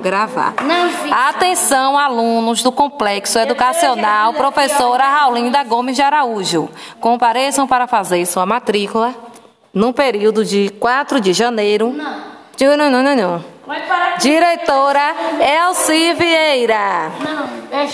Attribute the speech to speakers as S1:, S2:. S1: gravar.
S2: Não vi.
S1: Atenção, alunos do Complexo Educacional Professora Raulinda Gomes de Araújo. Compareçam para fazer sua matrícula no período de 4 de janeiro.
S2: Não.
S1: De- Não, não, não, não.
S2: Vai parar com
S1: Diretora Elci Vieira.
S2: Não, é